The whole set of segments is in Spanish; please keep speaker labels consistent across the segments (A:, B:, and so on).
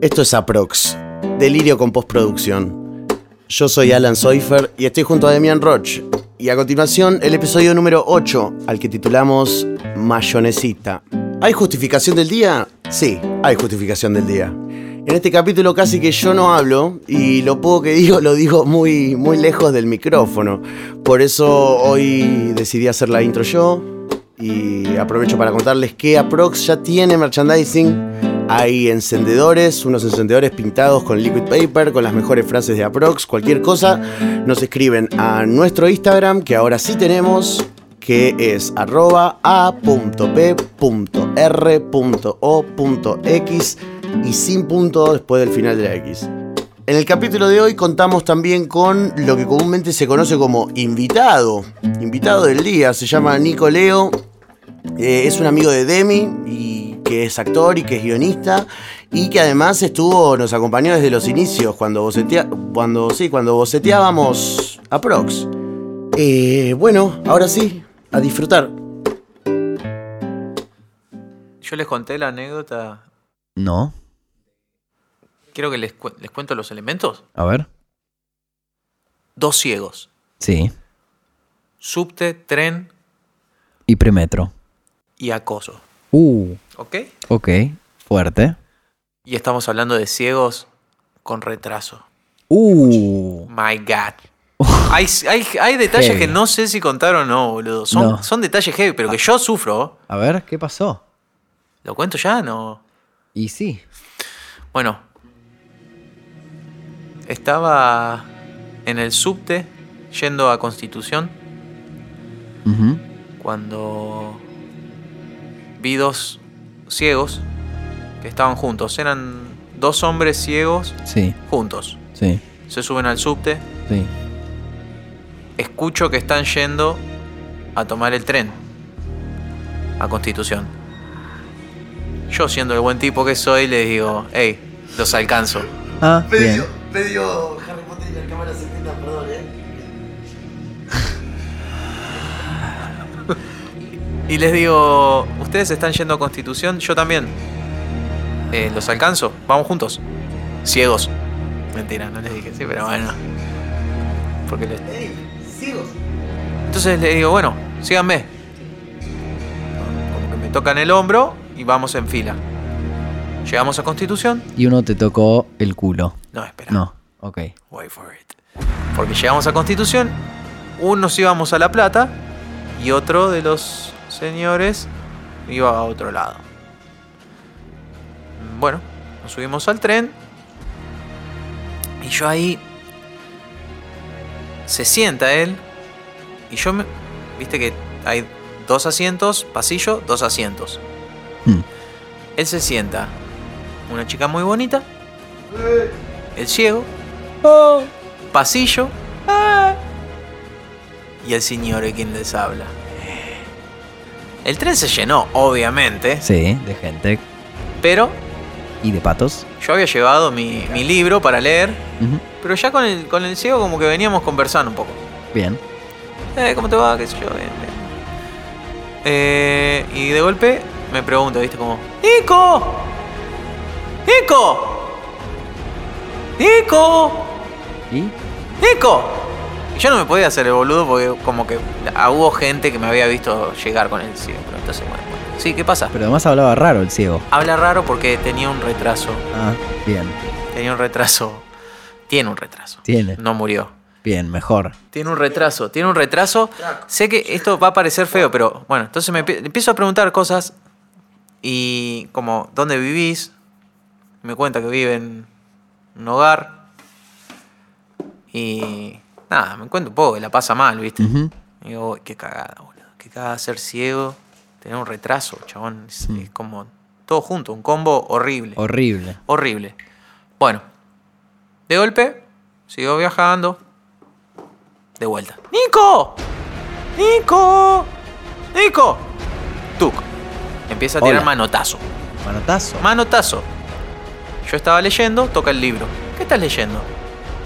A: Esto es Aprox, Delirio con Postproducción. Yo soy Alan Soifer y estoy junto a Demian Roche. Y a continuación, el episodio número 8, al que titulamos Mayonesita. ¿Hay justificación del día? Sí, hay justificación del día. En este capítulo casi que yo no hablo y lo poco que digo lo digo muy, muy lejos del micrófono. Por eso hoy decidí hacer la intro yo y aprovecho para contarles que Aprox ya tiene merchandising. Hay encendedores, unos encendedores pintados con liquid paper, con las mejores frases de Aprox, cualquier cosa. Nos escriben a nuestro Instagram, que ahora sí tenemos, que es arroba a.p.r.o.x y sin punto después del final de la X. En el capítulo de hoy contamos también con lo que comúnmente se conoce como invitado. Invitado del día, se llama Nico Leo. Eh, es un amigo de Demi y que es actor y que es guionista y que además estuvo, nos acompañó desde los inicios cuando, bocetea, cuando, sí, cuando boceteábamos a Prox. Eh, bueno, ahora sí, a disfrutar.
B: Yo les conté la anécdota.
C: No.
B: Quiero que les, cu- les cuento los elementos.
C: A ver.
B: Dos ciegos.
C: Sí.
B: Subte, tren
C: Y premetro.
B: y acoso.
C: Uh,
B: ¿Ok?
C: ok. Fuerte.
B: Y estamos hablando de ciegos con retraso.
C: Uh.
B: My God. Hay, hay, hay detalles
C: Heavy.
B: que no sé si contar o no, boludo. Son,
C: No.
B: son detalles heavy, pero que yo sufro.
C: A ver, ¿qué pasó?
B: ¿Lo cuento ya? No.
C: Y sí.
B: Bueno. Estaba en el subte yendo a Constitución
C: Ujú.
B: cuando vi dos ciegos que estaban juntos. Eran dos hombres ciegos
C: Sí,
B: juntos.
C: sí,
B: Se suben al subte,
C: sí.
B: escucho que están yendo a tomar el tren a Constitución. Yo, siendo el buen tipo que soy, les digo, hey, los alcanzo.
C: Ah, bien.
A: medio Harry Potter y la cámara secreta, perdón, eh.
B: Y les digo, ustedes están yendo a Constitución, yo también. Eh, los alcanzo, vamos juntos. Ciegos. Mentira, no les dije, sí, pero bueno. Porque les-
A: Sigo.
B: Entonces le digo, bueno, síganme. Como que me tocan el hombro y vamos en fila. Llegamos a Constitución.
C: Y uno te tocó el culo.
B: No, espera.
C: No, ok.
B: Wait for it. Porque llegamos a Constitución, unos íbamos a La Plata y otro de los señores iba a otro lado. Bueno, nos subimos al tren y yo ahí se sienta él y yo me... Viste que hay dos asientos, pasillo, dos asientos.
C: Hmm.
B: Él se sienta, una chica muy bonita, el ciego, Oh. pasillo Ah. y el señor es quien les habla. El tren se llenó, obviamente,
C: Sí, de gente.
B: pero
C: Y de patos.
B: yo había llevado mi, mi libro para leer,
C: Ujú.
B: pero ya con el, con el ciego como que veníamos conversando un poco.
C: Bien.
B: Eh, ¿Cómo te va? ¿Qué sé yo? Bien, bien. Eh, y de golpe me pregunta, ¿viste? Como, ¡Nico! ¡Nico! ¡Nico!
C: Y
B: ¡Nico! Y yo no me podía hacer el boludo porque como que ah, hubo gente que me había visto llegar con el ciego. pero Entonces, bueno, bueno. Sí, ¿qué pasa?
C: pero además hablaba raro el ciego.
B: Habla raro porque tenía un retraso.
C: Ah, bien.
B: Tenía un retraso. Tiene un retraso.
C: Tiene.
B: No murió.
C: Bien, mejor.
B: Tiene un retraso, tiene un retraso. Sé que esto va a parecer feo, pero bueno, entonces me empie- empiezo a preguntar cosas y como, ¿dónde vivís? Me cuenta que vive en un hogar. Y nada, me cuento un poco, que la pasa mal, ¿viste?
C: Ujú.
B: Y digo, "Uy, qué cagada, boludo. Qué cagada ser ciego, tener un retraso, chabón. Es, es como todo junto, un combo horrible.
C: Horrible.
B: Horrible. Bueno, de golpe, sigo viajando. De vuelta. ¡Nico! ¡Nico! ¡Nico! Tuk. Empieza a tirar
C: Hola.
B: manotazo.
C: Manotazo.
B: Manotazo. Yo estaba leyendo, toca el libro. ¿Qué estás leyendo?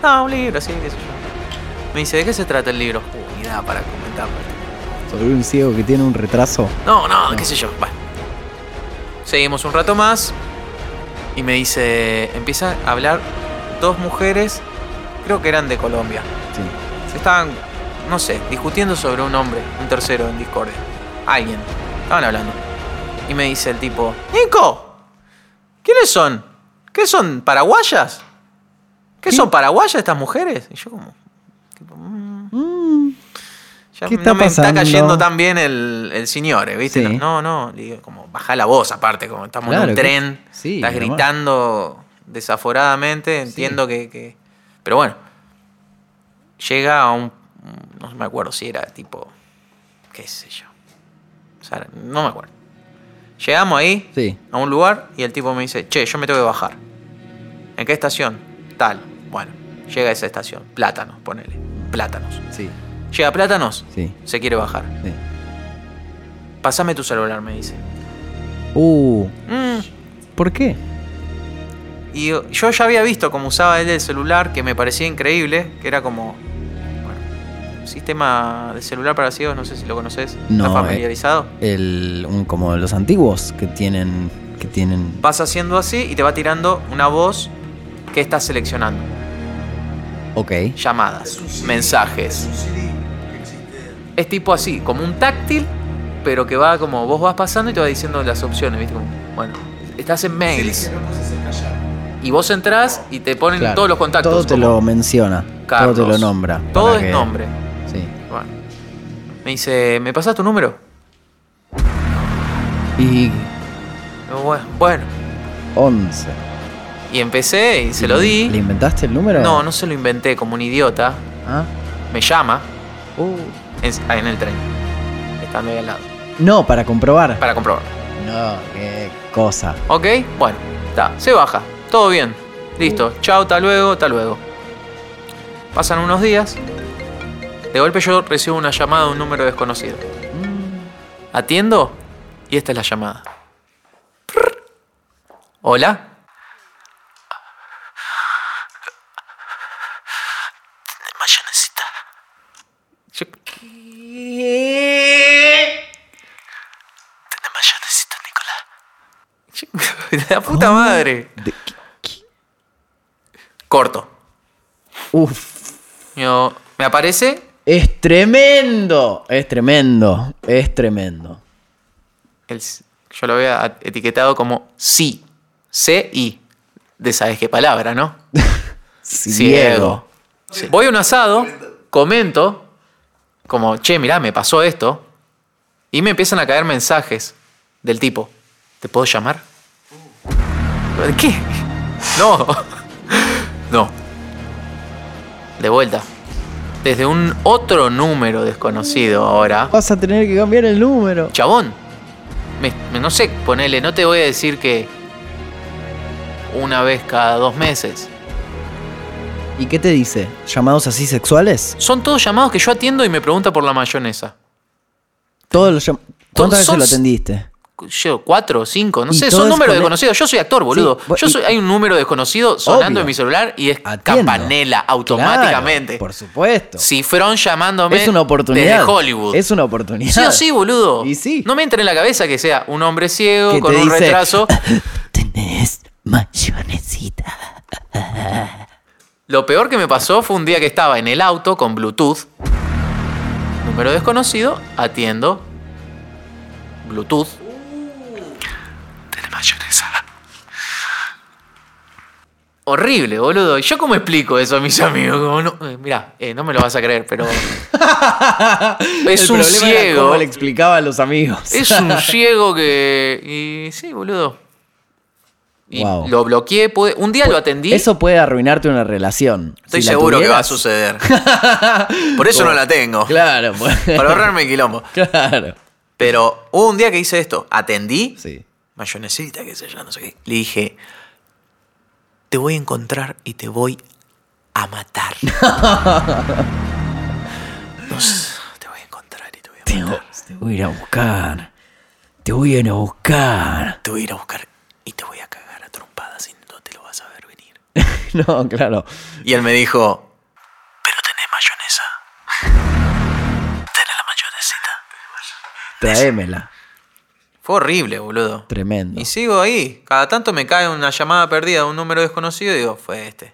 B: Ah, un libro, sí, qué sé yo. Me dice, ¿de qué se trata el libro? Uy, nada para comentarlo.
C: Sobre un ciego que tiene un retraso.
B: No, no, qué sé yo. Bueno. Seguimos un rato más. y me dice, empiezan a hablar dos mujeres, creo que eran de Colombia.
C: Sí.
B: Se estaban, no sé, discutiendo sobre un hombre, un tercero en Discordia. Alguien. Estaban hablando. Y me dice el tipo, Nico, ¿quiénes son? ¿Qué son? ¿Paraguayas? ¿Qué,
C: ¿Qué?
B: son paraguayas estas mujeres? Y yo como... tipo, mm, ya
C: ¿Qué
B: no
C: está
B: me está
C: pasando?
B: cayendo tan bien el, el señor, eh, ¿viste?
C: Sí.
B: No, no, le digo, como bajá la voz aparte, como estamos en
C: Claro,
B: un
C: que-
B: tren,
C: sí,
B: estás
C: normal.
B: gritando desaforadamente, entiendo que, que- Pero bueno, llega a un... No me acuerdo si era tipo... qué sé yo. O sea, no me acuerdo. Llegamos ahí,
C: Sí.
B: a un lugar y el tipo me dice, che, yo me tengo que bajar. ¿En qué estación? Tal. Bueno, llega a esa estación. Plátanos, ponele. Plátanos.
C: Sí.
B: Llega a Plátanos,
C: Sí.
B: se quiere bajar.
C: sí.
B: Pasame tu celular, me dice.
C: Uh,
B: Mm.
C: ¿por qué?
B: Y yo- yo ya había visto cómo usaba él el celular, que me parecía increíble, que era como... Bueno, un sistema de celular para ciegos, no sé si lo conoces.
C: No,
B: ¿Estás
C: eh.
B: familiarizado?
C: El, un- como los antiguos que tienen. Que tienen.
B: Vas haciendo así y te va tirando una voz que estás seleccionando.
C: Ok.
B: llamadas, mensajes. Es tipo así, como un táctil, pero que va como vos vas pasando y te va diciendo las opciones, ¿viste? Como, bueno, estás en mails. Y vos entrás y te ponen
C: Claro.
B: todos los contactos.
C: Todo te
B: como
C: lo menciona.
B: Carlos.
C: Todo te lo nombra.
B: Todo
C: para
B: es
C: que-
B: nombre.
C: Sí.
B: Bueno. Me dice, ¿me pasás tu número?
C: Y
B: Digo, Bueno, bueno.
C: 11.
B: Y empecé y se lo
C: ¿Le
B: di.
C: inventaste el número?
B: No, no se lo inventé como un idiota.
C: Ah.
B: Me llama
C: Uh.
B: en, en el tren. Estando ahí al lado.
C: No, para comprobar.
B: Para comprobar.
C: No, qué cosa.
B: ¿Ok? Bueno, está, se baja. Todo bien. Listo. Chao, hasta luego, hasta luego. Pasan unos días. De golpe yo recibo una llamada de un número desconocido. Atiendo y esta es la llamada. Prr. Hola. Mayonecita. Yo... ¿Qué? Tenés mayonecita, Nicolás. La puta madre. Corto.
C: Uf.
B: Yo- me aparece.
C: Es tremendo. Es tremendo. Es tremendo.
B: el s- yo lo había etiquetado como sí. C-I. De sabes qué palabra, ¿no?
C: Ciego.
B: Sí. Voy a un asado, comento, como, che, mirá, me pasó esto. Y me empiezan a caer mensajes del tipo, ¿te puedo llamar? ¿Qué? No. No. De vuelta. Desde un otro número desconocido ahora.
C: Vas a tener que cambiar el número.
B: Chabón. me- me- no sé, ponele, no te voy a decir que una vez cada dos meses.
C: ¿Y qué te dice? ¿Llamados así sexuales?
B: Son todos llamados que yo atiendo y me pregunta por la mayonesa.
C: Todos los llam-
B: Todos
C: ¿Cuántas veces
B: son-
C: lo atendiste?
B: Yo, cuatro, cinco, no
C: Y
B: sé,
C: todo
B: son
C: es
B: números
C: con el-
B: desconocidos. Yo soy actor, boludo.
C: vos-
B: yo
C: y-
B: soy, hay un número desconocido sonando
C: Obvio.
B: en mi celular y es
C: Atiendo.
B: campanela automáticamente.
C: Claro, por supuesto.
B: Cifrón llamándome
C: es una oportunidad.
B: desde Hollywood.
C: Es una oportunidad.
B: Sí o sí, boludo.
C: Y sí.
B: No me entra en la cabeza que sea un hombre ciego
C: Que
B: con
C: te
B: un
C: dice-
B: retraso.
C: Tenés mayonecita.
B: Lo peor que me pasó fue un día que estaba en el auto con Bluetooth. Número desconocido, atiendo. Bluetooth. Tenés mayonesa. Horrible, boludo. ¿Y yo cómo explico eso a mis amigos? Como no- eh, mirá, eh, no me lo vas a creer, pero. es
C: el
B: un
C: problema era
B: ciego.
C: cómo le explicaba a los amigos.
B: Es un ciego que. Y sí, boludo. Y
C: Wow.
B: lo bloqueé. pude- Un día lo atendí.
C: Eso puede arruinarte una relación.
B: Estoy
C: Si la
B: seguro que va a
C: tuvieras-
B: suceder. Por eso no la tengo.
C: Claro, pues.
B: Para ahorrarme el quilombo.
C: claro.
B: Pero hubo un día que hice esto. Atendí.
C: Sí.
B: Mayonesita, qué sé yo, no sé qué. Le dije, te voy a encontrar y te voy a matar. No sé, te voy a encontrar y te voy a
C: Te,
B: matar.
C: te voy a ir a buscar. Te voy a ir a buscar.
B: Te voy a ir a buscar y te voy a cagar a trompadas y no te lo vas a ver venir.
C: No, claro.
B: Y él me dijo, pero tenés mayonesa. Tenés la mayonesita.
C: Traémela.
B: Fue horrible, boludo.
C: Tremendo.
B: Y sigo ahí. Cada tanto me cae una llamada perdida de un número desconocido y digo, fue este.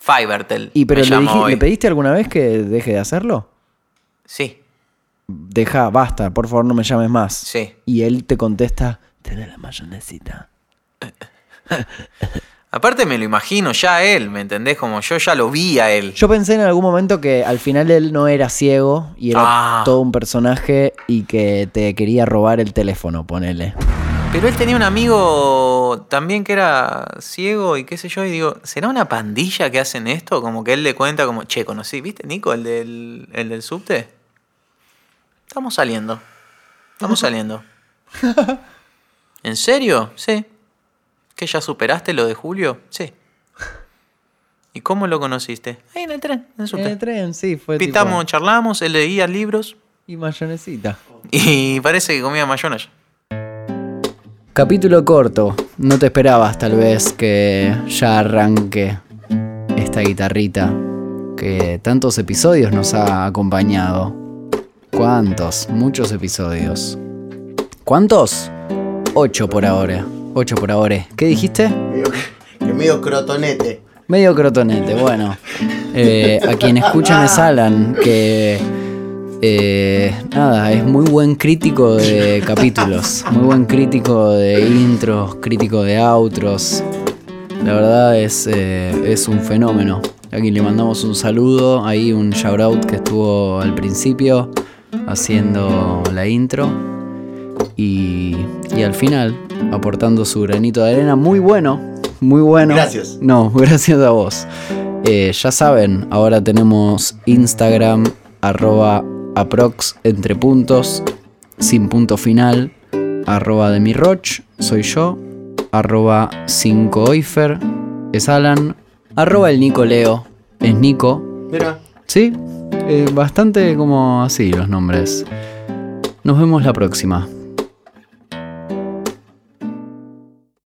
B: Fivertel.
C: ¿Y pero
B: me
C: le,
B: llamó
C: dij-
B: hoy.
C: le pediste alguna vez que deje de hacerlo?
B: Sí,
C: Deja, basta, por favor no me llames más.
B: Sí.
C: Y él te contesta, tenés la mayonesita.
B: Aparte me lo imagino ya a él, ¿me entendés? Como yo ya lo vi a él.
C: Yo pensé en algún momento que al final él no era ciego y era
B: Ah.
C: todo un personaje y que te quería robar el teléfono, ponele.
B: Pero él tenía un amigo también que era ciego y qué sé yo, y digo, ¿será una pandilla que hacen esto? Como que él le cuenta como, che, conocí, ¿viste Nico, el del, el del subte? Estamos saliendo. Estamos saliendo. ¿En serio? Sí. ¿Que ya superaste lo de Julio? Sí. ¿Y cómo lo conociste? Ahí en el tren, en el subte.
C: En el tren, sí, fue tipo,
B: Pitamos, charlamos, él leía libros
C: y mayonesita.
B: y parece que comía mayonesa.
C: Capítulo corto. No te esperabas tal vez que ya arranque esta guitarrita que tantos episodios nos ha acompañado. ¿Cuántos? Muchos episodios. ¿Cuántos? Ocho por ahora. Ocho por ahora. ¿Qué dijiste?
A: Medio- que medio crotonete.
C: Medio crotonete, bueno. Eh, a quien escuchan es Alan, que. eh, nada, es muy buen crítico de capítulos. Muy buen crítico de intros, crítico de outros. La verdad es, eh, es un fenómeno. A quien le mandamos un saludo, ahí un shout out que estuvo al principio haciendo la intro. Y, y al final, aportando su granito de arena, muy bueno, muy bueno.
A: Gracias.
C: No, gracias a vos. Eh, ya saben, ahora tenemos Instagram, arroba aprox entre puntos, sin punto final, arroba de mi roch, soy yo, arroba 5oifer, es Alan, arroba el Nico Leo, es Nico,
A: Mira,
C: sí, eh, bastante como así los nombres. Nos vemos la próxima.